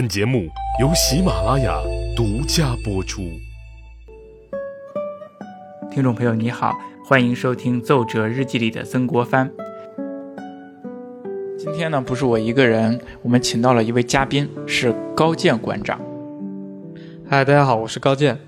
本节目由喜马拉雅独家播出。听众朋友，你好，欢迎收听《奏折日记》里的曾国藩。今天呢，不是我一个人，我们请到了一位嘉宾，是高健馆长。嗨，大家好，我是高健。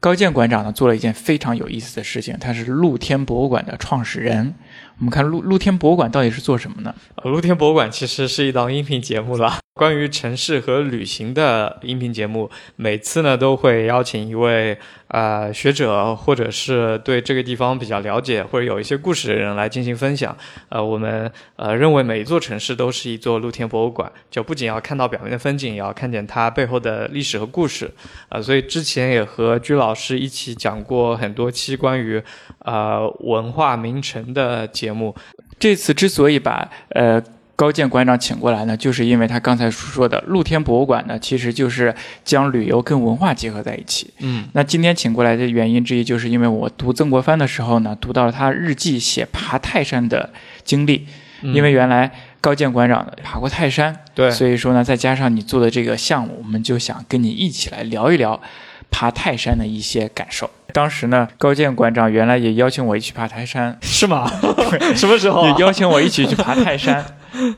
高健馆长呢，做了一件非常有意思的事情，他是露天博物馆的创始人。我们看露露天博物馆到底是做什么呢？呃露天博物馆其实是一档音频节目啦，关于城市和旅行的音频节目。每次呢都会邀请一位呃学者，或者是对这个地方比较了解，或者有一些故事的人来进行分享。呃，我们呃认为每一座城市都是一座露天博物馆，就不仅要看到表面的风景，也要看见它背后的历史和故事。呃，所以之前也和鞠老师一起讲过很多期关于呃文化名城的节目。这次之所以把呃高健馆长请过来呢，就是因为他刚才说的露天博物馆呢，其实就是将旅游跟文化结合在一起。嗯那今天请过来的原因之一，就是因为我读曾国藩的时候呢，读到了他日记写爬泰山的经历，嗯因为原来高健馆长爬过泰山，对，所以说呢，再加上你做的这个项目，我们就想跟你一起来聊一聊爬泰山的一些感受。当时呢，高健馆长原来也邀请我一起爬泰 山，是吗？什么时候、啊也邀请我一起去爬泰 山，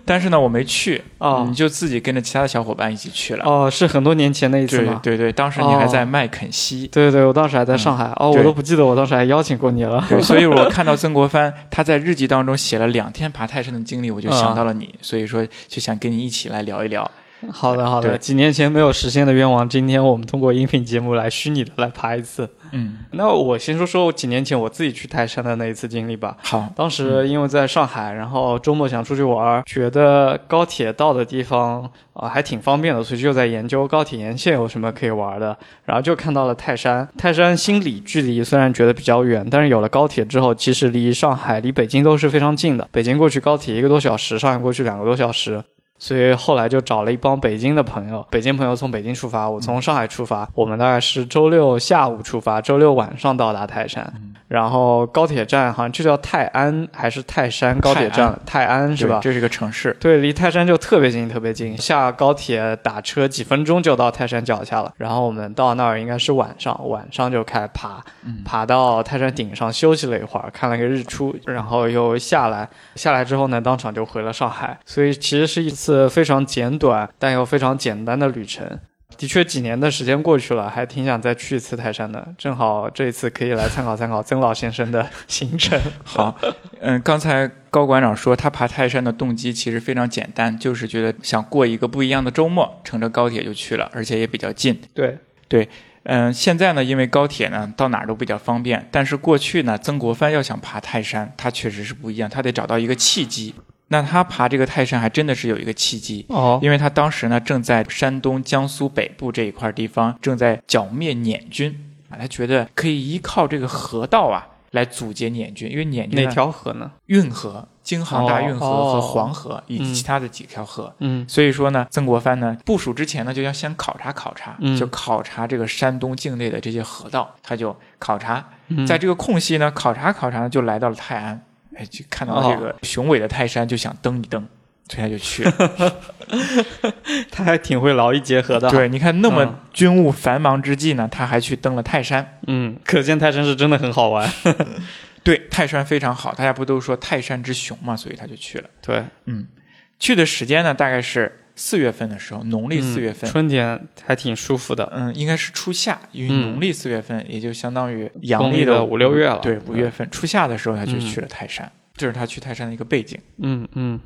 但是呢，我没去，哦你就自己跟着其他的小伙伴一起去了。哦，是很多年前的一次对吗？哦对对，当时你还在麦肯锡。对对，我当时还在上海、哦，嗯对我都不记得我当时还邀请过你了。对， 所以我看到曾国藩他在日记当中写了两天爬泰山的经历，我就想到了你，所以说就想跟你一起来聊一聊。 好的好对的，几年前没有实现的愿望，今天我们通过音频节目来虚拟的来爬一次。嗯，那我先说说我几年前我自己去泰山的那一次经历吧。好，当嗯时因为在上海，然后周末想出去玩儿，觉得高铁到的地方啊、还挺方便的，所以就在研究高铁沿线有什么可以玩儿的。然后就看到了泰山，泰山心里距离虽然觉得比较远，但是有了高铁之后，其实离上海、离北京都是非常近的。北京过去高铁一个多小时，上海过去两个多小时。所以后来就找了一帮北京的朋友，北京朋友从北京出发，我从上海出发，我们大概是周六下午出发，周六晚上到达泰山，然后高铁站好像就叫泰安还是泰山高铁站，泰安是对吧？这是个城市，对，离泰山就特别近，特别近。下高铁打车几分钟就到泰山脚下了。然后我们到那儿应该是晚上，晚上就开始爬，嗯爬到泰山顶上休息了一会儿，看了个日出，然后又下来。下来之后呢，当场就回了上海。所以其实是一次非常简短但又非常简单的旅程。的确，几年的时间过去了，还挺想再去一次泰山的。正好这一次可以来参考参考曾老先生的行程。好，嗯，刚才高馆长说他爬泰山的动机其实非常简单，就是觉得想过一个不一样的周末，乘着高铁就去了，而且也比较近。对，嗯，现在呢，因为高铁呢到哪儿都比较方便，但是过去呢，曾国藩要想爬泰山，他确实是不一样，他得找到一个契机。那他爬这个泰山还真的是有一个契机，哦，因为他当时呢正在山东、江苏北部这一块地方正在剿灭捻军啊，他觉得可以依靠这个河道啊来阻截捻军，因为捻军哪呢条河呢？运河、京杭大运河哦和哦黄河以及嗯其他的几条河。嗯所以说呢，曾国藩呢部署之前呢，就要先考察考察，嗯就考察这个山东境内的这些河道，他就考察。嗯在这个空隙呢，考察考察呢，就来到了泰安，哎，就看哦到这个雄伟的泰山，就想登一登。所以他就去了。他还挺会劳逸结合的。，对，你看那么嗯军务繁忙之际呢，他还去登了泰山。嗯，可见泰山是真的很 好玩。对，泰山非常好，大家不都说泰山之雄嘛，所以他就去了。对，嗯，去的时间呢，大概是四月份的时候，农历四月份。嗯春天还挺舒服的。嗯，应该是初夏，因为嗯农历四月份，也就相当于阳公历历的五六月了对，五对月份初夏的时候，他就嗯去了泰山，这是他去泰山的一个背景，嗯嗯，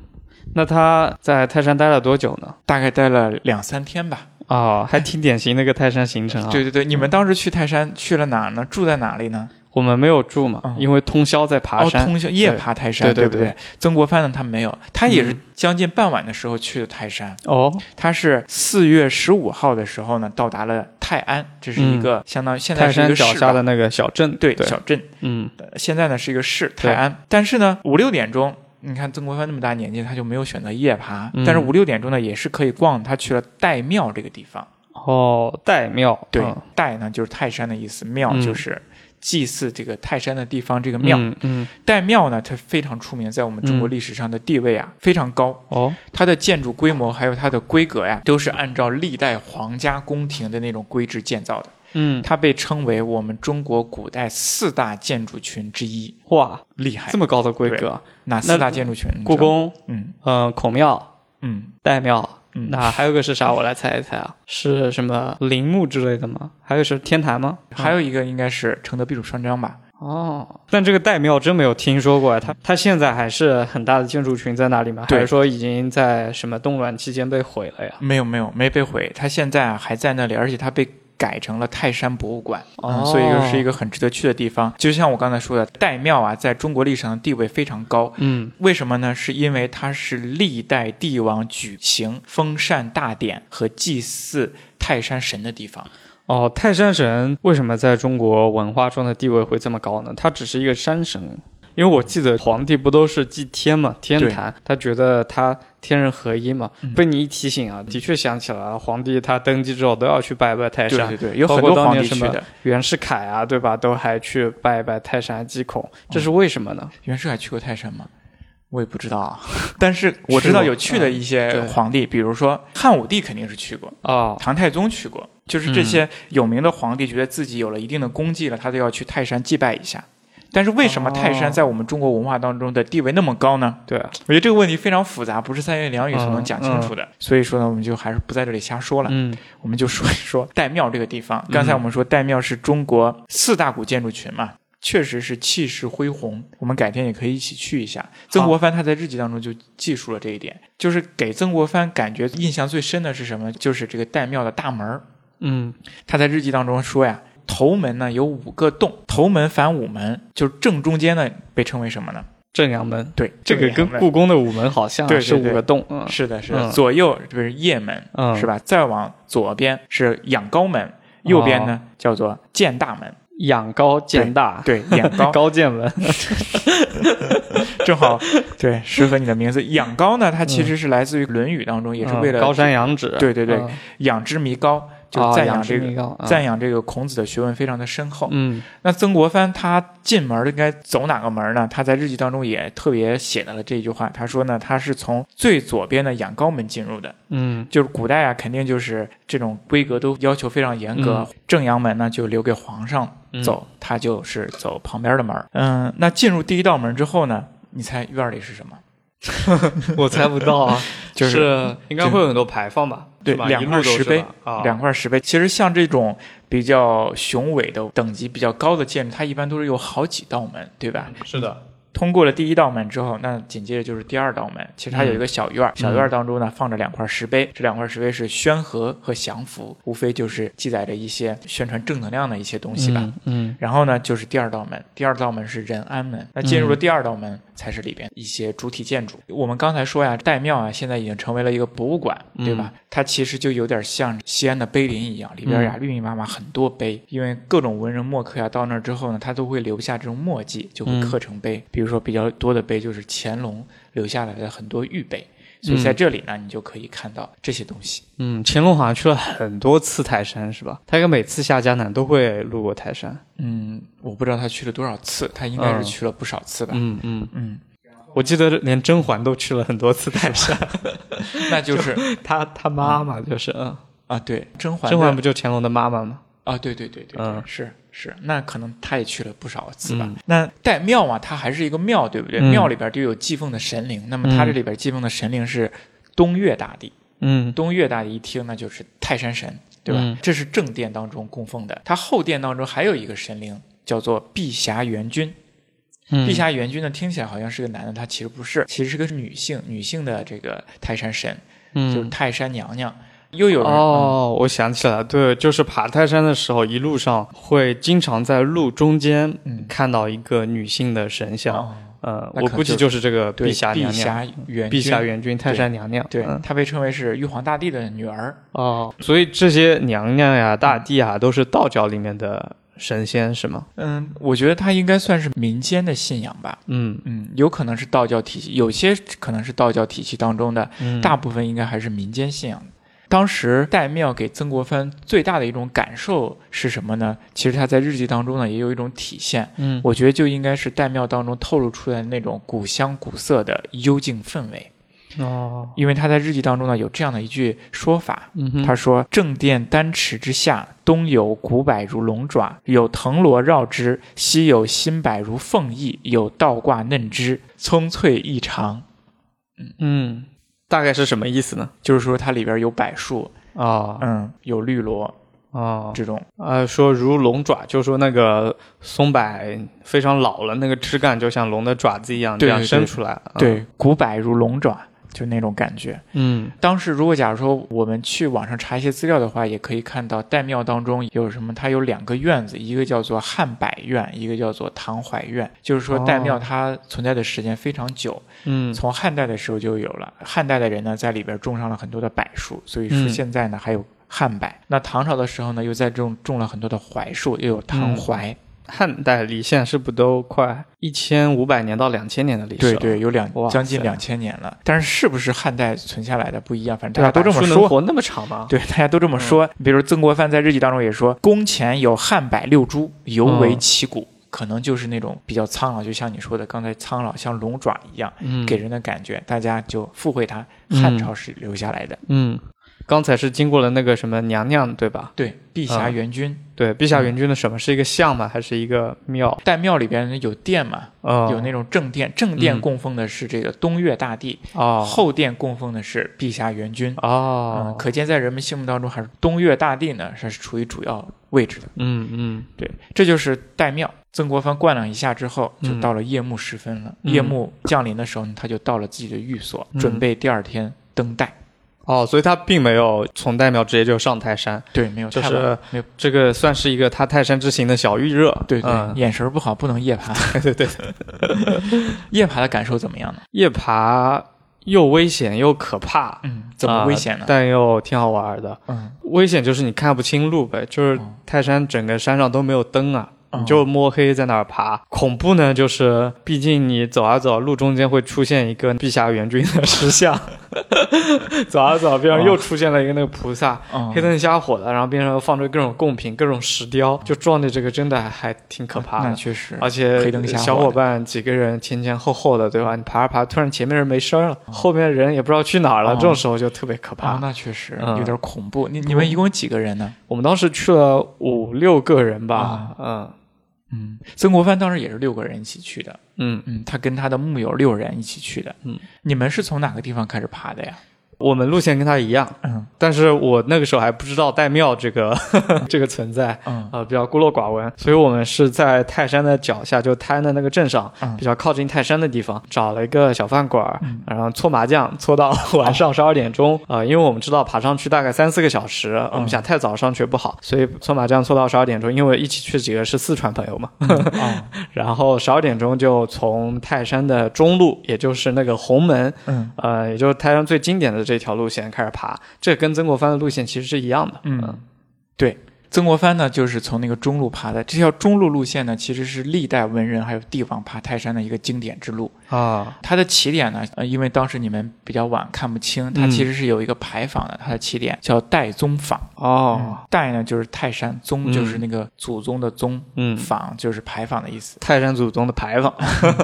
那他在泰山待了多久呢？大概待了两三天吧。哦，还挺典型的一个泰山行程啊。对，对对，你们当时去泰山去了哪儿呢？住在哪里呢？我们没有住嘛嗯，因为通宵在爬哦，山。通宵夜爬泰山，对对不对对？曾国藩呢，他没有，他也是嗯将近傍晚的时候去的泰山，哦，他是四月十五号的时候呢，到达了泰安，这是一嗯个相当于现在泰是一山个脚市下吧的那个小镇。对对，小镇。嗯，呃现在呢是一个市对泰安，但是呢五六点钟，你看曾国藩那么大年纪，他就没有选择夜爬，嗯但是五六点钟呢也是可以逛，他去了岱庙这个地方。哦，岱庙。对嗯，岱、呢就是泰山的意思，庙嗯就是祭祀这个泰山的地方，这个庙。嗯嗯岱庙呢，它非常出名，在我们中国历史上的地位啊、非常高。哦它的建筑规模还有它的规格呀，都是按照历代皇家宫廷的那种规制建造的。嗯它被称为我们中国古代四大建筑群之一，哇，厉害这。么高的规格，哪四大建筑群？你知道故吗，宫嗯嗯孔庙嗯岱庙。嗯，那还有个是啥？我来猜一猜啊，是什么陵墓之类的吗？还有是天坛吗？还有一个应该是承德避暑山庄吧？哦，但这个岱庙真没有听说过啊，它它现在还是很大的建筑群在那里吗？对还是说已经在什么动乱期间被毁了呀？没有没有，没被毁，它现在还在那里，而且它被。改成了泰山博物馆，哦嗯，所以就是一个很值得去的地方。就像我刚才说的，岱庙啊，在中国历史上的地位非常高。嗯为什么呢？是因为它是历代帝王举行封禅大典和祭祀泰山神的地方。哦，泰山神为什么在中国文化中的地位会这么高呢？它只是一个山神，因为我记得皇帝不都是祭天嘛，天坛，他觉得他天人合一嘛。嗯被你一提醒啊，的确想起来了，皇帝他登基之后都要去拜拜泰对山对，对，有包很括多当皇年帝什去么的。袁世凯啊，对吧？都还去拜拜泰山祭孔，这是为什么呢？袁世凯去过泰山吗？我也不知道 啊，但是我知道有去的一些对皇帝，比如说汉武帝肯定是去过，哦，唐太宗去过，就是这些有名的皇帝觉得自己有了一定的功绩了，他都要去泰山祭拜一下。但是为什么哦泰山在我们中国文化当中的地位那么高呢？对啊，我觉得这个问题非常复杂，不是三言两语所能嗯讲清楚的。所以说呢，我们就还是不在这里瞎说了，嗯我们就说一说岱庙这个地方。刚才我们说岱庙是中国四大古建筑群嘛。确实是气势恢宏，我们改天也可以一起去一下。曾国藩他在日记当中就记述了这一点，就是给曾国藩感觉印象最深的是什么？就是这个岱庙的大门儿。嗯，他在日记当中说呀，头门呢有五个洞，头门反午门，就是正中间呢被称为什么呢？正阳门，对，这个跟正阳门故宫的午门好像啊，对对是五对个洞，嗯是的，是的，嗯左右就是夜门，嗯，是？吧？再往左边是仰高门，右边哦呢、叫做建大 门，仰高见大，对，仰高高见文，正 好对适合你的名字。仰高呢，它其实是来自于《论语》当中，也是为了嗯嗯高山仰止，对对对嗯仰之弥高，就啊赞仰扬之这弥个。高，赞扬这个孔子的学问非常的深厚，嗯那曾国藩他进门应该走哪个门呢？他在日记当中也特别写到了这句话，他说呢，他是从最左边的仰高门进入的，嗯就是古代啊，肯定就是这种规格都要求非常严格，正阳门呢就留给皇上嗯走，他就是走旁边的门。嗯，那进入第一道门之后呢，你猜院里是什么？嗯， 我猜不到 啊，就是应该会有很多牌坊吧？对是吧两一路块都是石碑吧啊，两块石碑。其实像这种比较雄伟的、等级比较高的建筑，它一般都是有好几道门，对吧？是的，通过了第一道门之后，那紧接着就是第二道门。其实嗯它有一个小院儿，小院儿当中呢放着两块石碑，这两块石碑是宣和和降服，无非就是记载着一些宣传正能量的一些东西吧。嗯嗯然后呢，就是第二道门，第二道门是仁安门。那进入了第二道门，才是里边一些主体建筑。我们刚才说呀，岱庙啊，现在已经成为了一个博物馆，嗯对吧？它其实就有点像西安的碑林一样，里边嗯呀、密密麻麻很多碑，因为各种文人墨客呀、到那儿之后呢，他都会留下这种墨迹，就会嗯刻成碑。比如说比较多的碑就是乾隆留下来的很多玉碑，所以在这里呢，你就可以看到这些东西。嗯，乾隆好像去了很多次泰山是吧？他应该每次下江南都会路过泰山，嗯，我不知道他去了多少次，他应该嗯是去了不少次吧。嗯嗯，嗯，我记得连甄嬛都去了很多次泰山，那就是 他他妈妈就是，嗯，啊，对，甄嬛的，甄嬛不就乾隆的妈妈吗？啊，对对对对，对嗯是是，那可能他也去了不少次吧。嗯那岱庙啊，它还是一个庙，对不对？嗯庙里边就有祭奉的神灵，那么它这里边祭奉的神灵是东岳大帝，嗯东岳大帝一听那就是泰山神，对吧？嗯这是正殿当中供奉的，它后殿当中还有一个神灵。叫做碧霞元君，嗯碧霞元君呢，听起来好像是个男的，他其实不是，其实是个女性，女性的这个泰山神，就是嗯。泰山娘娘。又有人哦，我想起来了，对，就是爬泰山的时候，一路上会经常在路中间嗯看到一个女性的神像，哦呃，那我可能估计就就是这个对碧霞娘碧娘，霞元碧霞君元君泰山娘娘，对，嗯她被称为是玉皇大帝的女儿。哦，所以这些娘娘呀、大帝啊，都是道教里面的神仙是吗？嗯，我觉得她应该算是民间的信仰吧。嗯嗯，有可能是道教体系，有些可能是道教体系当中的，嗯大部分应该还是民间信仰的。当时戴庙给曾国藩最大的一种感受是什么呢？其实他在日记当中呢也有一种体现，嗯，我觉得就应该是岱庙当中透露出来的那种古香古色的幽静氛围，哦，因为他在日记当中呢有这样的一句说法，嗯哼，他说：“正殿丹池之下，东有古柏如龙爪，有藤萝绕之；西有新柏如凤翼，有倒挂嫩枝，葱翠异常。嗯，大概是什么意思呢？”就是说它里边有柏树，哦嗯，有绿萝哦，这种，呃，说如龙爪，就说那个松柏非常老了，那个枝干就像龙的爪子一样这对样对伸出来了。对，古柏如龙爪，就那种感觉。嗯，当时如果假如说我们去网上查一些资料的话，也可以看到岱庙当中有什么，它有两个院子，一个叫做汉柏院，一个叫做唐槐院。就是说哦岱庙它存在的时间非常久，嗯嗯，从汉代的时候就有了。汉代的人呢，在里边种上了很多的柏树，所以说嗯现在呢还有汉柏。那唐朝的时候呢，又在种种了很多的槐树，又有唐槐。汉代离现是不都快一千五百年到两千年的历史对了？对，有两哇将近塞两千年了。但是是不是汉代存下来的不一样，反正对大啊，家都这么柏树说能。活那么长吗？对，大家都这嗯么说。比如曾国藩在日记当中也说，宫前有汉柏六株，尤为嗯奇古。可能就是那种比较苍老，就像你说的，刚才苍老像龙爪一样，嗯，给人的感觉，大家就附会它。嗯汉朝是留下来的，嗯，刚才是经过了那个什么娘娘对吧？对，碧嗯霞元君。对，陛嗯下元君的什么是一个像吗？还是一个庙？但庙里边有殿嘛，哦，有那种正殿，正殿嗯供奉的是这个东岳大帝，哦后殿供奉的是碧霞元君。嗯哦，可见在人们心目当中，还是东岳大帝呢，是处于主要位置的。嗯嗯对，这就是岱庙。曾国藩灌了一下之后，嗯就到了夜幕时分了。嗯夜幕降临的时候呢，他就到了自己的寓所，嗯准备第二天登岱。哦，所以他并没有从岱庙直接就上泰山，对，没有就太是晚，没有这个算是一个他泰山之行的小预热。对对，嗯眼神不好，不能夜 爬。对对对， 夜爬的感受怎么样呢？夜爬又危险又可怕，嗯，怎么危险呢啊？但又挺好玩的。嗯，危险就是你看不清路呗，就是嗯泰山整个山上都没有灯啊。嗯你就摸黑在那儿爬，恐怖呢，就是毕竟你走啊走啊，路中间会出现一个碧霞元君的石像， 走啊走啊，边上哦又出现了一个那个菩萨，嗯黑灯瞎火的，然后边上又放着各种贡品、各种石雕，就撞见这个真的还挺可嗯怕那的。确实，而且黑灯瞎火的小伙伴几个人前前后后的，对吧？你爬着爬，突然前面人没声了，后面人也不知道去哪儿了，哦这种时候就特别可怕。啊，那确实嗯有点恐怖。你你们一共几个人呢？我们当时去了五六个人哦吧，嗯嗯，曾国藩当时也是六个人一起去的。嗯，嗯，他跟他的木友六人一起去的。嗯，你们是从哪个地方开始爬的呀？我们路线跟他一样，嗯但是我那个时候还不知道岱庙这个 这个存在，嗯呃，比较孤陋寡闻，所以我们是在泰山的脚下，就泰安的那个镇上，嗯比较靠近泰山的地方，找了一个小饭馆儿，嗯哦然后搓麻将， 搓到晚上十二点钟。呃，因为我们知道爬上去大概三四个小时，嗯我们想太早上去也不好，所以搓麻将搓到十二点钟。因为一起去几个是四川朋友嘛， 哦然后十二点钟就从泰山的中路，也就是那个红门， 嗯呃，也就是泰山最经典的这条路线开始爬。这跟曾国藩的路线其实是一样的。嗯，对。曾国藩呢，就是从那个中路爬的。这条中路路线呢，其实是历代文人还有帝王爬泰山的一个经典之路。啊，它的起点呢，呃，因为当时你们比较晚看不清，它嗯其实是有一个牌坊的，它的起点叫岱宗坊。哦，岱呢就是泰山，宗嗯就是那个祖宗的宗，嗯坊就是牌坊的意思，泰山祖宗的牌坊。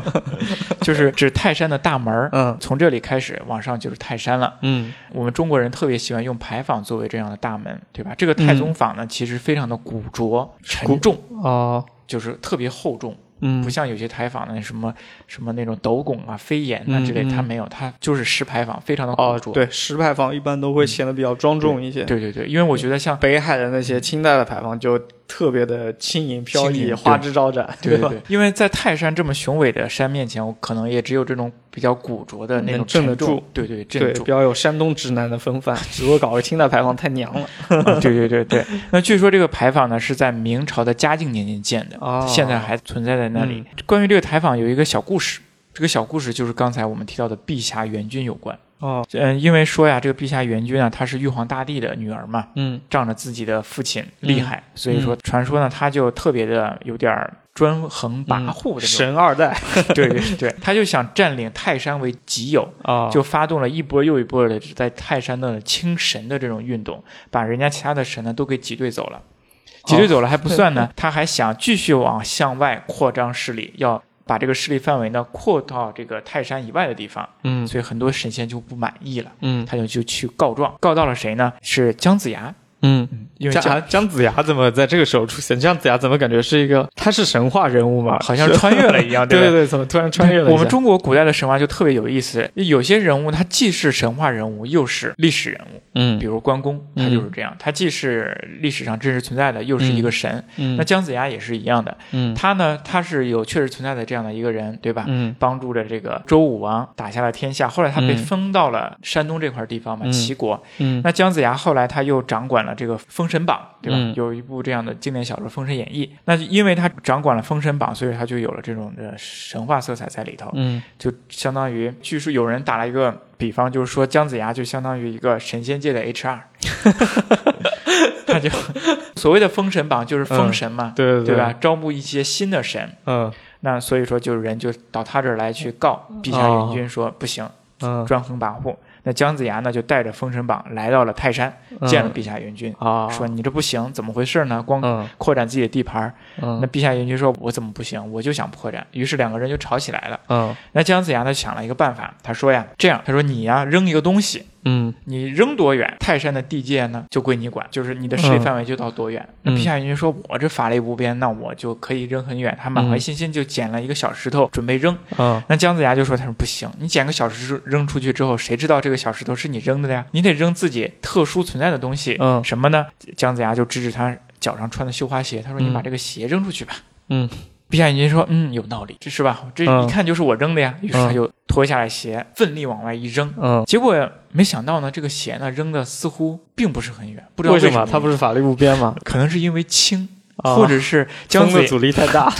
就是指泰山的大门儿。嗯从这里开始往上就是泰山了。嗯我们中国人特别喜欢用牌坊作为这样的大门，对吧？这个嗯太宗坊呢，其实非常的古拙、沉重，哦，就是特别厚重，嗯，不像有些牌坊的什么什么那种斗拱啊、飞檐啊之类，嗯嗯它没有，它就是石牌坊，非常的古哦，嗯拙。对，石牌坊一般都会显得比较庄重一些。对对对因为我觉得像。北海的那些清代的牌坊就特别的轻盈飘轻逸，盈花枝招展，对吧？对，因为在泰山这么雄伟的山面前，我可能也只有这种比较古拙的那种能镇得沉重住，对对，对镇，住比。较有山东直男的风 范。只不过搞个清代牌坊太娘了。啊对对对对， 那据说这个牌坊呢是在明朝的嘉靖年间建的，哦嗯现在还存在在那里。关于这个牌坊有一个小故事，这个小故事就是刚才我们提到的碧霞元君有关。哦，嗯，因为说呀，这个碧霞元君啊，她是玉皇大帝的女儿嘛，嗯仗着自己的父亲厉害，所以说传说呢，她就特别的有点儿专横跋扈的那种。嗯神二代对对对，他就想占领泰山为己有，啊就发动了一波又一波的在泰山的清神的这种运动，把人家其他的神呢都给挤兑走了。哦挤兑走了还不算 呢，他还想继续往向外扩张势力，要把这个势力范围呢扩到这个泰山以外的地方，嗯所以很多神仙就不满意了，嗯他就就去告状，告到了谁呢？是姜子牙，嗯。因为姜姜姜子牙怎么在这个时候出现？姜子牙怎么感觉是一个他是神话人物 嘛？好像是穿越了一样，对不对对，怎么突然穿越了一下？我们中国古代的神话就特别有意思，有些人物他既是神话人物，又是历史人物，嗯比如关公，他就是这样，他既是历史上真实存在的，又是一个神。嗯那姜子牙也是一样的，嗯他呢，他是有确实存在的这样的一个人，对吧？嗯帮助着这个周武王打下了天下，后来他被嗯封到了山东这块地方嘛，嗯齐国。嗯那姜子牙后来他又掌管了这个《封神榜》，对吧？嗯有一部这样的经典小说《封神演义》。那因为他掌管了《封神榜》，所以他就有了这种的神话色彩在里头，嗯就相当于，据说有人打了一个比方，就是说姜子牙就相当于一个神仙界的 HR，他就所谓的《封神榜》就是封神嘛，对嗯对对吧？？招募一些新的神，嗯那所以说，就是人就到他这儿来去告陛下哦元君说、不行，嗯专横跋扈。那姜子牙呢，就带着《封神榜》来到了泰山，见了陛下元君，嗯啊说你这不行，怎么回事呢？光嗯扩展自己的地盘儿。嗯那陛下元君说，我怎么不行？我就想扩展。于是两个人就吵起来了。嗯那姜子牙呢，想了一个办法，他说呀，这样，他说你呀、扔一个东西，嗯你扔多远，泰山的地界呢就归你管，就是你的势力嗯范围就到多远。那嗯陛下元君说：“我这法力无边，那我就可以扔很远。”他满怀嗯信心就捡了一个小石头准备扔。嗯那姜子牙就说：“他说不行，你捡个小石头扔出去之后，谁知道这个小石头是你扔的呀？你得扔自己特殊存在的东西。嗯什么呢？”姜子牙就指指他脚上穿的绣花鞋，他说：“你嗯把这个鞋扔出去吧。”嗯。陛下元君说：“嗯，有道理，这是吧？这嗯一看就是我扔的呀。于是他嗯就脱下来鞋，奋力往外一扔。嗯，结果没想到呢，这个鞋呢扔的似乎并不是很远，不知道为什么么他不是法力无边吗？可能是因为轻，啊或者 是姜风子的阻力太大。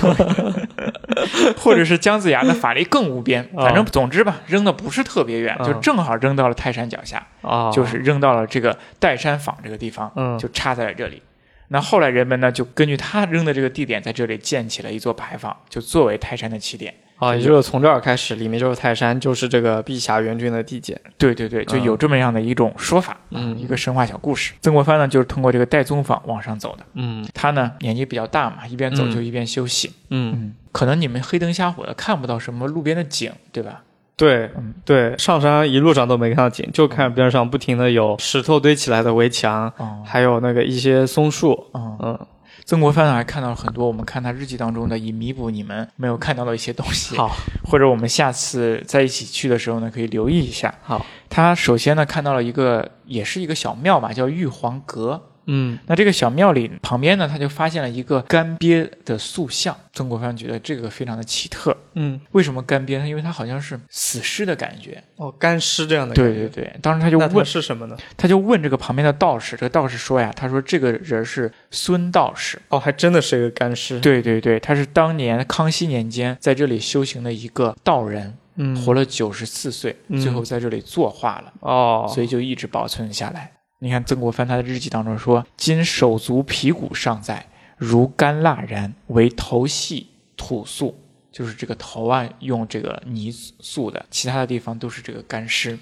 或者是姜子牙的法力更无边，啊反正总之吧，扔的不是特别远，啊就正好扔到了泰山脚下， 啊就是扔到了这个岱山坊这个地方，嗯就插在了这里。那后来人们呢，就根据他扔的这个地点，在这里建起了一座牌坊，就作为泰山的起点。啊，也就是从这儿开始，里面就是泰山，就是这个碧霞元君的地界。对对对，就有这么样的一种说法，啊嗯一个神话小故事。曾国藩呢，就是通过这个岱宗坊往上走的。嗯他呢年纪比较大嘛，一边走嗯就一边休息。嗯，嗯，可能你们黑灯瞎火的看不到什么路边的景，对吧？对嗯对，上山一路上都没看到景，就看边上不停的有石头堆起来的围墙，哦，还有那个一些松树。哦，嗯，曾国藩呢还看到了很多我们看他日记当中的，以弥补你们没有看到的一些东西。，好，或者我们下次在一起去的时候呢，可以留意一下。好，他首先呢看到了一个，也是一个小庙吧，叫玉皇阁。嗯那这个小庙里旁边呢，他就发现了一个干鳖的塑像。曾国藩觉得这个非常的奇特，嗯，为什么干鳖呢？因为它好像是死尸的感觉。哦，干尸这样的感对觉，对对，当时他就那它问，是什么呢？他就问这个旁边的道士，这个道士说呀，他说这个人是孙道士。哦，还真的是一个干尸。，对对对，他是当年康熙年间在这里修行的一个道人，嗯，活了九十四岁，嗯最后在这里作化了，哦，所以就一直保存下来。你看曾国藩他的日记当中说：“今手足皮骨尚在，如干蜡然，为头系土塑。”就是这个头啊，用这个泥塑的，其他的地方都是这个干尸，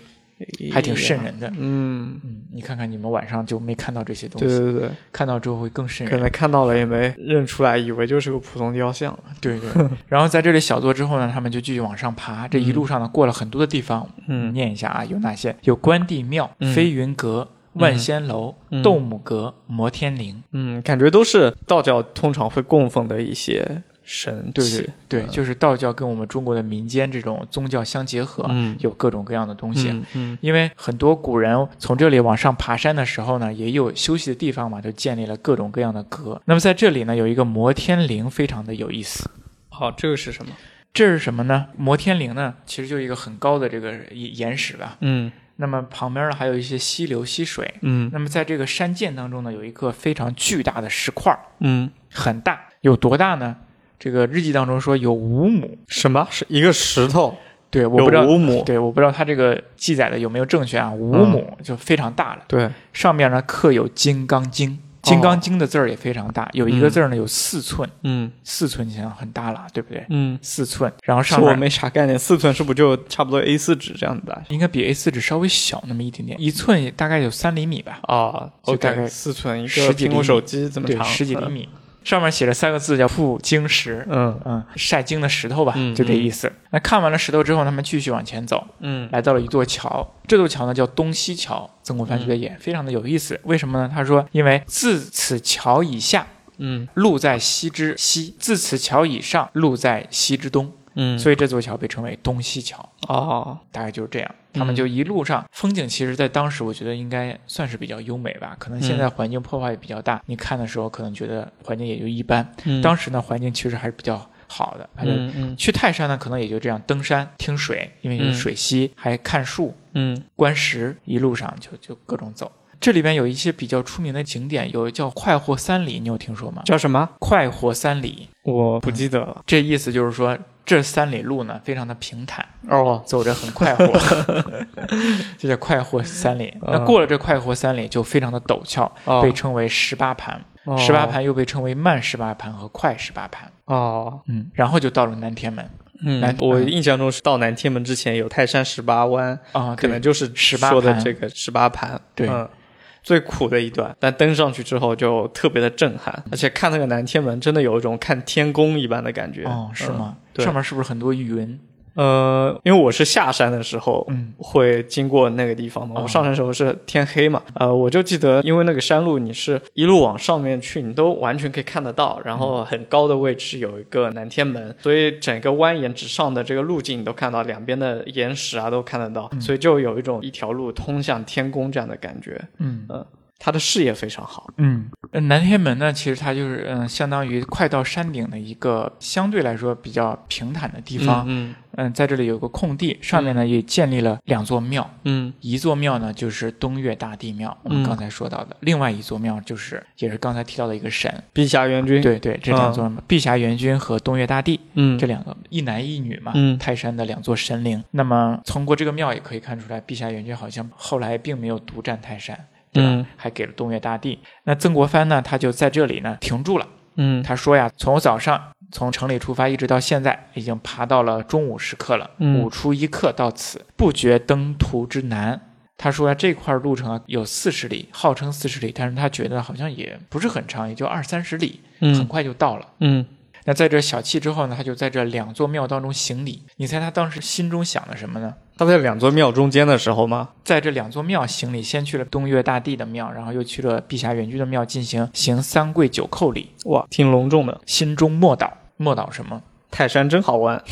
还挺瘆。人的。嗯，嗯，你看看你们晚上就没看到这些东对西，对对，看到之后会更瘆可人。能看到了也没认出来，以为就是个普通雕像。对对。然后在这里小坐之后呢，他们就继续往上爬。这一路上呢，过了很多的地方，嗯念一下啊，有哪些？有关帝庙、嗯飞云阁、万仙楼、嗯斗母阁、摩天陵。嗯，感觉都是道教通常会供奉的一些神对器对对，就是道教跟我们中国的民间这种宗教相结合，嗯有各种各样的东西。嗯嗯因为很多古人从这里往上爬山的时候呢，也有休息的地方嘛，就建立了各种各样的阁。那么在这里呢，有一个摩天陵，非常的有意思。好，哦这个是什么？这是什么呢？摩天陵呢，其实就是一个很高的这个岩石吧。嗯那么旁边呢还有一些溪流、溪水。嗯那么在这个山涧当中呢，有一个非常巨大的石块儿，嗯，很大，有多大呢？这个日记当中说有五亩。什么？是一个石头对，我有不知道。五亩？对，我不知道它这个嗯记载的有没有正确啊？五亩就非常大了，对，上面呢刻有《金刚经》，金哦刚经的字儿也非常大，有一个字儿呢有四寸，嗯四寸你想想很大了，对不对？嗯，四寸，然后是上我面没啥概念，四寸是不是就差不多 A 四纸这样子大？应该比 A 四纸稍微小那么一点点，一寸也大概有三厘米吧，哦就大概，OK，四寸一个十几苹果厘手机这么对长，，十几厘米。上面写着三个字叫“覆晶石”，嗯。嗯，晒经的石头吧，嗯就这意思。那看完了石头之后，他们继续往前走，嗯嗯来到了一座桥，这座桥呢叫东西桥。曾国藩嗯觉得也非常的有意思，为什么呢？他说，因为自此桥以下，嗯路在西之西；自此桥以上，路在西之东，嗯，所以这座桥被称为东西桥。哦，大概就是这样。他嗯们就一路上、风景，其实，在当时我觉得应该算是比较优美吧。可能嗯现在环境破坏也比较大，你看的时候可能觉得环境也就一般。当时时呢，环境其实还是比较好的。他就嗯嗯去泰山呢，可能也就这样登山、听水，因为有嗯水溪，还看树、嗯观石，一路上就就各种走。这里边有一些比较出名的景点，有叫快活三里，你有听说吗？叫什么？快活三里，我不记得了。这意思就是说这三里路呢非常的平坦，哦，走着很快 活，这叫快活三里。那过了这快活三里就非常的陡峭，哦被称为十八盘，哦十八盘又被称为慢十八盘和快十八盘。哦，嗯，然后就到了南天门嗯南我印象中是到南天门之前有泰山十八弯，啊，可对能就是18说的盘这个十八盘，对嗯最苦的一段，但登上去之后就特别的震撼，而且看那个南天门，真的有一种看天宫一般的感觉。哦，是嗯？吗？对上面是不是很多云？呃，因为我是下山的时候，嗯，会经过那个地方嘛。哦我上山的时候是天黑嘛，呃，我就记得，因为那个山路你是一路往上面去，你都完全可以看得到，然后很高的位置有一个南天门，所以整个蜿蜒直上的这个路径你都看到，两边的岩石啊都看得到，所以就有一种一条路通向天宫这样的感觉。嗯嗯、它的视野非常好。嗯，呃南天门呢，其实它就是嗯、相当于快到山顶的一个相对来说比较平坦的地方。嗯嗯，在这里有个空地，上面呢也建立了两座庙。嗯一座庙呢就是东岳大帝庙，我们嗯刚才说到的；另外一座庙就是也是刚才提到的一个神。嗯，陛下援军。，对对，这两座嘛碧霞元君和东岳大帝嗯这两个一男一女嘛，嗯泰山的两座神灵。那么通过这个庙也可以看出来，碧霞元君好像后来并没有独占泰山。对吧？嗯还给了东岳大帝。那曾国藩呢，他就在这里呢停住了。嗯他说呀，从早上从城里出发一直到现在，已经爬到了中午时刻了，嗯午出一刻到此，不觉登途之难。他说呀，这块路程啊有四十里，号称四十里，但是他觉得好像也不是很长，也就二三十里，很嗯快就到了。嗯那在这小憩之后呢，他就在这两座庙当中行礼。你猜他当时心中想的什么呢？他在两座庙中间的时候吗？在这两座庙行礼，先去了东岳大帝的庙，然后又去了碧霞元君的庙进行行三跪九叩礼，哇，挺隆重的。心中默祷，默祷什么？泰山真好玩。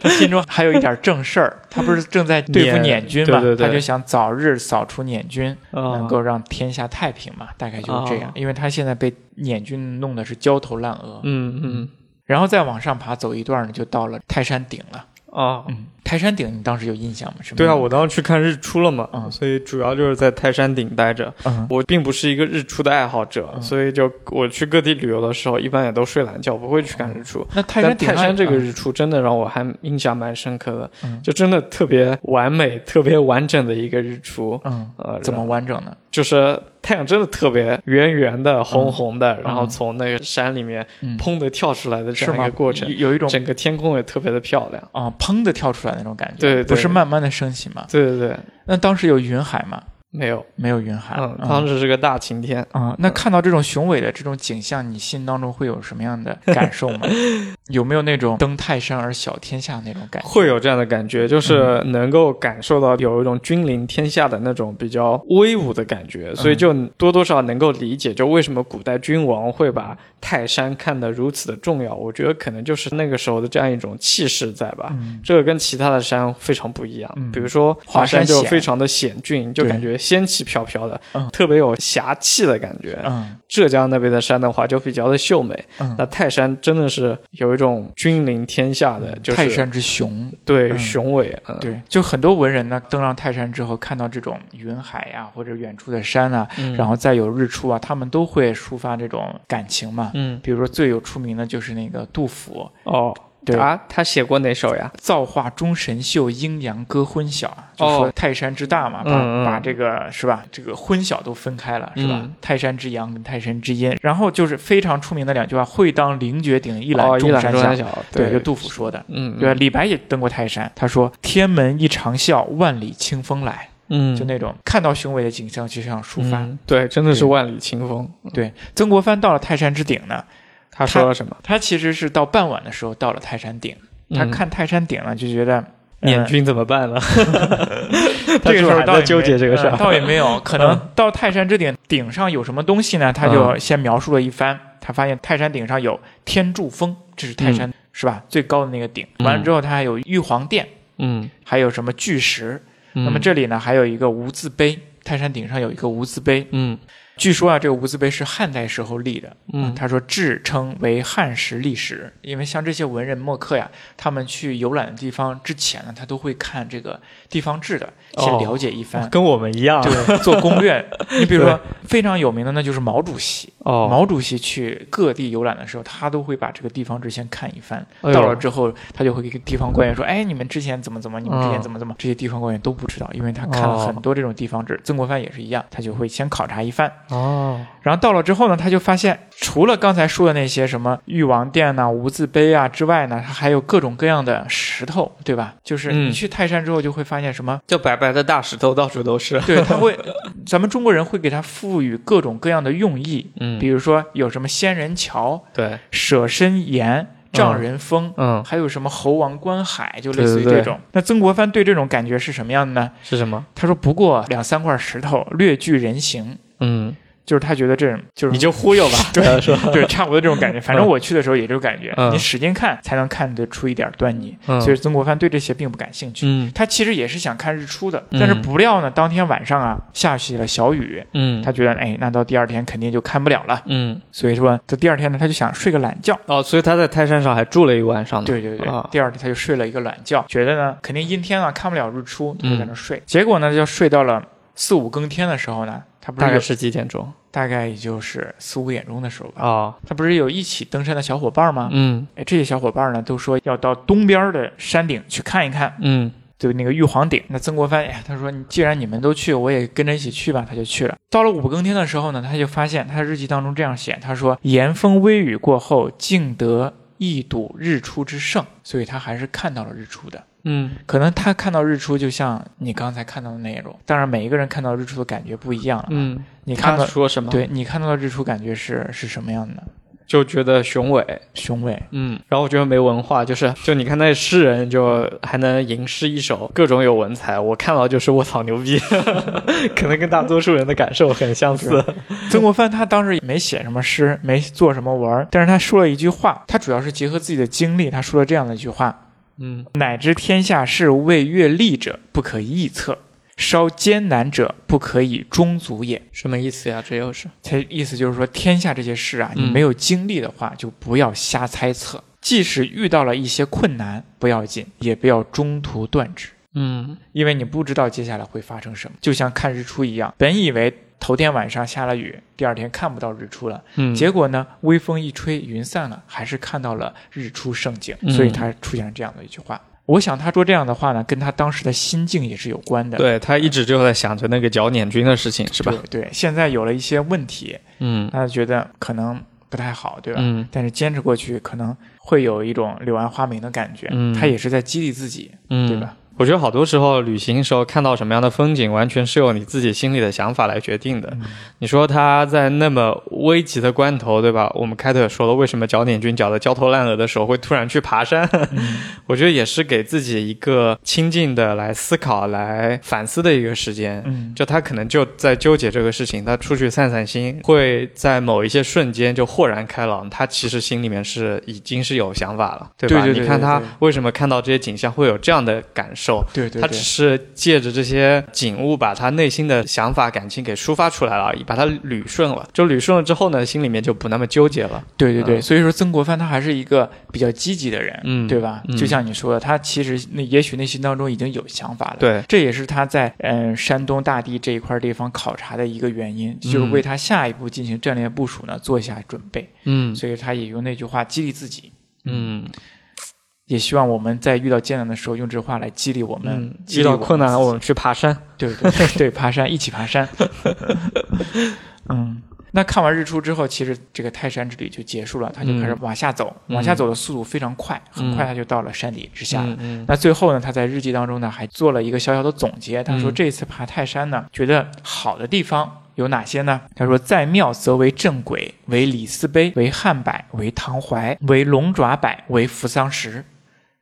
他心中还有一点正事儿，他不是正在对付捻捻军嘛， 对对对他就想早日扫除捻军，哦能够让天下太平嘛，大概就是这样。哦因为他现在被捻军弄得是焦头烂额，嗯嗯然后再往上爬走一段呢，就到了泰山顶了。啊，嗯，泰山顶你当时有印象吗？什么对啊，我当时去看日出了嘛，嗯所以主要就是在泰山顶待着。嗯我并不是一个日出的爱好者，所以就我去各地旅游的时候，一般也都睡懒觉，不会去看日出。那泰嗯但山顶泰山这个嗯日出真的让我还印象蛮深刻的，嗯就真的特别完美、特别完整的一个日出。嗯呃，怎么完整呢？就是太阳真的特别圆圆的、红红的，然后从那个山里面嗯砰的跳出来的这是样一吗？个过程，有有一种整个天空也特别的漂亮。啊、砰的跳出来那种感觉，对对不是慢慢的升起吗？对对对，那当时有云海吗？没有，没有云海，嗯，当时是个大晴天，啊、那看到这种雄伟的这种景象，你心当中会有什么样的感受 吗？有没有那种登泰山而小天下那种感 觉？会有这样的感觉，嗯就是能够感受到有一种君临天下的那种比较威武的感嗯觉，所以就多多少少能够理解，就为什么古代君王会把泰山看得如此的重要。我觉得可能就是那个时候的这样一种气势在吧。嗯这个跟其他的山非常不一样，嗯比如说华华山山就险非常的险峻，就对感觉仙气飘飘的，嗯特别有侠气的感觉。嗯浙江那边的山的话，就比较的秀美。嗯那泰山真的是有一种君临天下的，就嗯是泰山之雄，对嗯雄伟，嗯，对，就很多文人呢登上泰山之后，看到这种云海呀、或者远处的山啊，嗯然后再有日出啊，他们都会抒发这种感情嘛。嗯比如说最有出名的就是那个杜甫，哦，对啊，他写过哪首呀？造化钟神秀，阴阳割昏晓啊，就说哦泰山之大嘛，把、嗯嗯把这个是吧，这个昏晓都分开了，是吧？嗯泰山之阳跟泰山之阴，然后就是非常出名的两句话：“会当凌绝顶，一览哦，一览山众山小。小，对，就杜甫说的。嗯，对，李白也登过泰山，他说：“天门一长啸，万里清风来。”嗯，就那种看到雄伟的景象就想抒发。嗯对，真的是对万里清风。对，曾国藩到了泰山之顶呢，他说了什么？他其实是到傍晚的时候到了泰山顶，他嗯看泰山顶了就觉得。呃 捻军怎么办 了？ 他这个时是不是候还倒也在没纠结这个事儿嗯呃倒也没 有，可能到泰山之顶顶上有什么东西呢？他就先描述了一番，他发现泰山顶上有天柱峰，这是泰山、是吧最高的那个顶。嗯完了之后，他还有玉皇殿，嗯，还有什么巨石。那那么这里呢，还有一个无字碑，泰山顶上有一个无字碑。嗯据说啊，这个无字碑是汉代时候立的，啊嗯他说自称为汉时历史，因为像这些文人墨客呀，他们去游览的地方之前呢，他都会看这个地方志的，先哦了解一番。跟我们一样 对，做攻略。你比如说非常有名的，那就是毛主席。哦，毛主席去各地游览的时候，他都会把这个地方志先看一番。哎呦到了之后，他就会给地方官员说：“哎，你们之前怎么怎么，你们之前嗯怎么怎么。这些地方官员都不知道，因为他看了哦很多这种地方志。曾国藩也是一样，他就会先考察一番。哦，然后到了之后呢，他就发现，除了刚才说的那些什么玉王殿呐、无字碑啊之外呢，它还有各种各样的石头，对吧？就是你嗯去泰山之后，就会发现什么就白白的大石头到处都是。对，他 会，咱们中国人会给它赋予各种各样的用意，嗯比，如说有什么仙人桥、对，舍身岩、丈人峰，嗯，还有什么猴王观海，就类似于对对这对种。那曾国藩对这种感觉是什么样的呢？是什么？他说：“不过两三块石头，略具人形。”嗯，就是他觉得这种就是你就忽悠吧， 对是吧？对，差不多这种 感觉。反正我去的时候也这种感觉，嗯你使劲看才能看得出一点端倪。 嗯所以曾国藩对这些并不感兴趣。嗯他其实也是想看日出的，嗯但是不料呢，当天晚上啊下起了小雨，嗯，他觉得哎，那到第二天肯定就看不了了，嗯，所以说他第二天呢，他就想睡个懒觉。哦，所以他在泰山上还住了一晚上呢。对对对，啊第二天他就睡了一个懒觉，觉得呢肯定阴天啊看不了日出，嗯他就在那睡。结果呢，就睡到了四五更天的时候呢，他不是大有概是几点钟？大概也就是四五点钟的时候吧，哦，他不是有一起登山的小伙伴吗？嗯哎，这些小伙伴呢都说要到东边的山顶去看一看，嗯就那个玉皇顶。那曾国藩，哎呀，他说你既然你们都去，我也跟着一起去吧，他就去了。到了五更天的时候呢，他就发现他日记当中这样写，他说严风微雨过后，竟得一睹日出之盛，所以他还是看到了日出的。嗯，可能他看到日出，就像你刚才看到的那种。当然，每一个人看到日出的感觉不一样了。嗯，你看他到，说什么？，对你看到的日出感觉是是什么样的？就觉得雄伟。雄伟。嗯，然后我觉得没文化，就是就你看那诗人，就还能吟诗一首，各种有文采。我看到就是我操牛逼， 可能跟大多数人的感受很相似。曾国藩他当时也没写什么诗，没做什么文儿，但是他说了一句话，他主要是结合自己的经历，他说了这样的一句话：嗯乃知天下事未阅历者，不可臆测；稍艰难者，不可以中足也。什么意思呀？这又是他意思就是说，天下这些事啊，你嗯没有经历的话，就不要瞎猜测。即使遇到了一些困难，不要紧，也不要中途断指。嗯因为你不知道接下来会发生什么，就像看日出一样，本以为头天晚上下了雨，第二天看不到日出了，嗯结果呢，微风一吹，云散了，还是看到了日出盛景，嗯所以他出现了这样的一句话。我想他说这样的话呢，跟他当时的心境也是有关的。对他一直就在想着那个剿捻军的事情，是吧？对对，现在有了一些问题，嗯他觉得可能不太好，对吧？嗯但是坚持过去，可能会有一种柳暗花明的感觉。嗯他也是在激励自己，嗯，对吧？？我觉得好多时候旅行时候看到什么样的风景，完全是由你自己心里的想法来决定的。你说他在那么危急的关头，对吧？我们开头也说了，为什么剿捻军剿得焦头烂额的时候会突然去爬山？ 我觉得也是给自己一个清静的来思考、来反思的一个时间。嗯，就他可能就在纠结这个事情，他出去散散心，会在某一些瞬间就豁然开朗。他其实心里面是已经是有想法了，对对吧？对对你看他对对为什么看到这些景象会有这样的感受？对对他对，只是借着这些景物，把他内心的想法、感情给抒发出来了而已，把它捋顺了。就捋顺了之后呢，心里面就不那么纠结了。对对对，嗯所以说曾国藩他还是一个比较积极的人，嗯对吧？嗯就像你说的，他其实那也许内心当中已经有想法了，，对，这也是他在嗯、呃山东大地这一块地方考察的一个原因，就是嗯为他下一步进行战略部署呢做一下准备，嗯所以他也用那句话激励自己。嗯，也希望我们在遇到艰难的时候，用这话来激励我们。嗯，激遇励到困难我我们们去爬山。自己对对对，爬山一起爬山。 嗯，那看完日出之后，其实这个泰山之旅就结束了，他就开始嗯往下走，嗯往下走的速度非常快，很快嗯他就到了山底之下了。嗯嗯那最后呢，他在日记当中呢还做了一个小小的总结，他说嗯这次爬泰山呢，觉得好的地方。有哪些呢？他说：“在庙则为正轨，为里斯碑，为汉柏，为唐槐，为龙爪柏，为扶桑石。”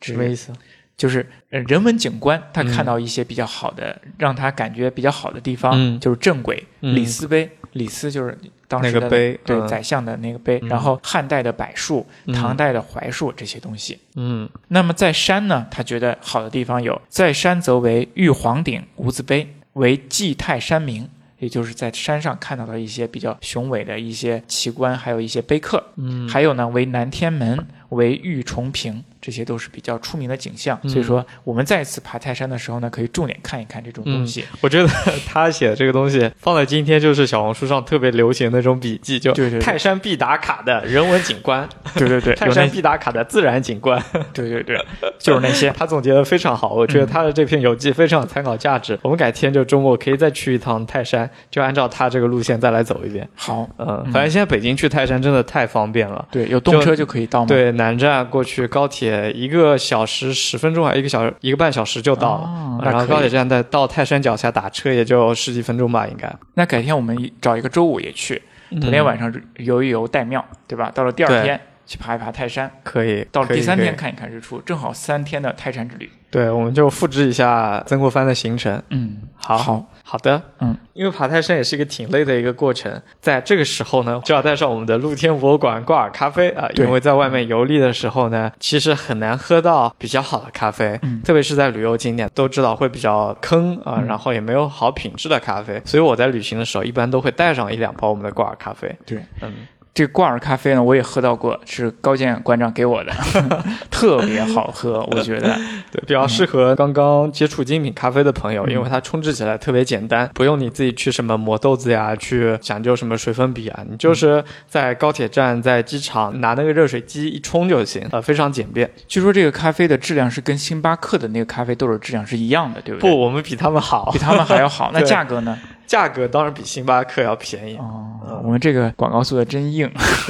这什么意思？就是呃人文景观，他嗯看到一些比较好的，让他感觉比较好的地方，嗯就是正轨、嗯李斯碑，李斯就是当时那个的碑对、嗯宰相的那个碑，嗯然后汉代的柏树、嗯唐代的槐树这些东西。嗯那么在山呢，他觉得好的地方有，在山则为玉皇顶、无字碑，为祭泰山名。也就是在山上看到的一些比较雄伟的一些奇观，还有一些碑刻，嗯，还有呢，为南天门，为玉重屏，这些都是比较出名的景象。嗯所以说，我们再次爬泰山的时候呢，可以重点看一看这种东西。我觉得 他写的这个东西放在今天就是小红书上特别流行的那种笔记，就对对对泰山必打卡的人文景观，对 对对，泰有山那必打卡的自然景观，对对对，就是那些。他总结的非常好，我觉得他的这篇游记非常有参考价嗯值。我们改天就周末可以再去一趟泰山，就按照他这个路线再来走一遍。好，嗯，嗯反正现在北京去泰山真的太方便了。对，有动车就可以到吗？，对，南站过去高铁一个小时十分钟还一个小时一个半小时就到了，哦那然后可以高铁站再到泰山脚下打车也就十几分钟吧，应该。那改天我们找一个周五也去，昨昨天晚上游一游岱庙，对吧？到了第二嗯对天去爬一爬泰山，可以，到了可以第三可以天看一看日出，正好三天的泰山之旅。对，我们就复制一下曾国藩的行程。嗯，好好，好的，嗯，因为爬泰山也是一个挺累的一个过程，在这个时候呢，就要带上我们的露天博物馆挂耳咖啡啊、对因为在外面游历的时候呢，其实很难喝到比较好的咖啡，嗯特别是在旅游景点都知道会比较坑啊、嗯然后也没有好品质的咖啡，所以我在旅行的时候一般都会带上一两包我们的挂耳咖啡，对。嗯，这挂耳咖啡呢，我也喝到过，是高健馆长给我的， 特别好 喝，我觉得。对，比较适合刚刚接触精品咖啡的朋友，嗯因为它冲制起来特别简单，不用你自己去什么磨豆子呀，去讲究什么水粉比啊，嗯你就是在高铁站、在机场拿那个热水机一冲就行，呃，非常简便。据说这个咖啡的质量是跟星巴克的那个咖啡豆的质量是一样的，对不对？不，我们比他们好比，他们还要好。那 对价格呢？价格当然比星巴克要便宜，哦，我们这个广告做的真硬。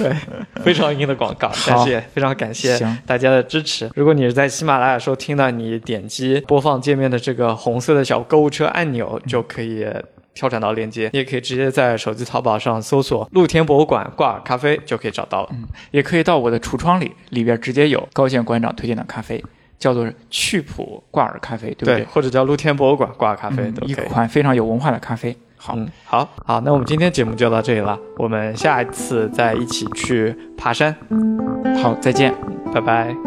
非常硬的广告，但是也非常感谢行大家的支持。如果你是在喜马拉雅收听的，你点击播放界面的这个红色的小购物车按钮，嗯就可以跳转到链接。你也可以直接在手机淘宝上搜索“露天博物馆挂耳咖啡”就可以找到了。也可以到我的橱窗里，里边直接有高健馆长推荐的咖啡，叫做趣普挂耳咖啡，对不对或者叫露天博物馆挂耳咖啡嗯都一可以。款非常有文化的咖啡。好，嗯，好好，那我们今天节目就到这里了，我们下一次再一起去爬山，好，再见。拜拜。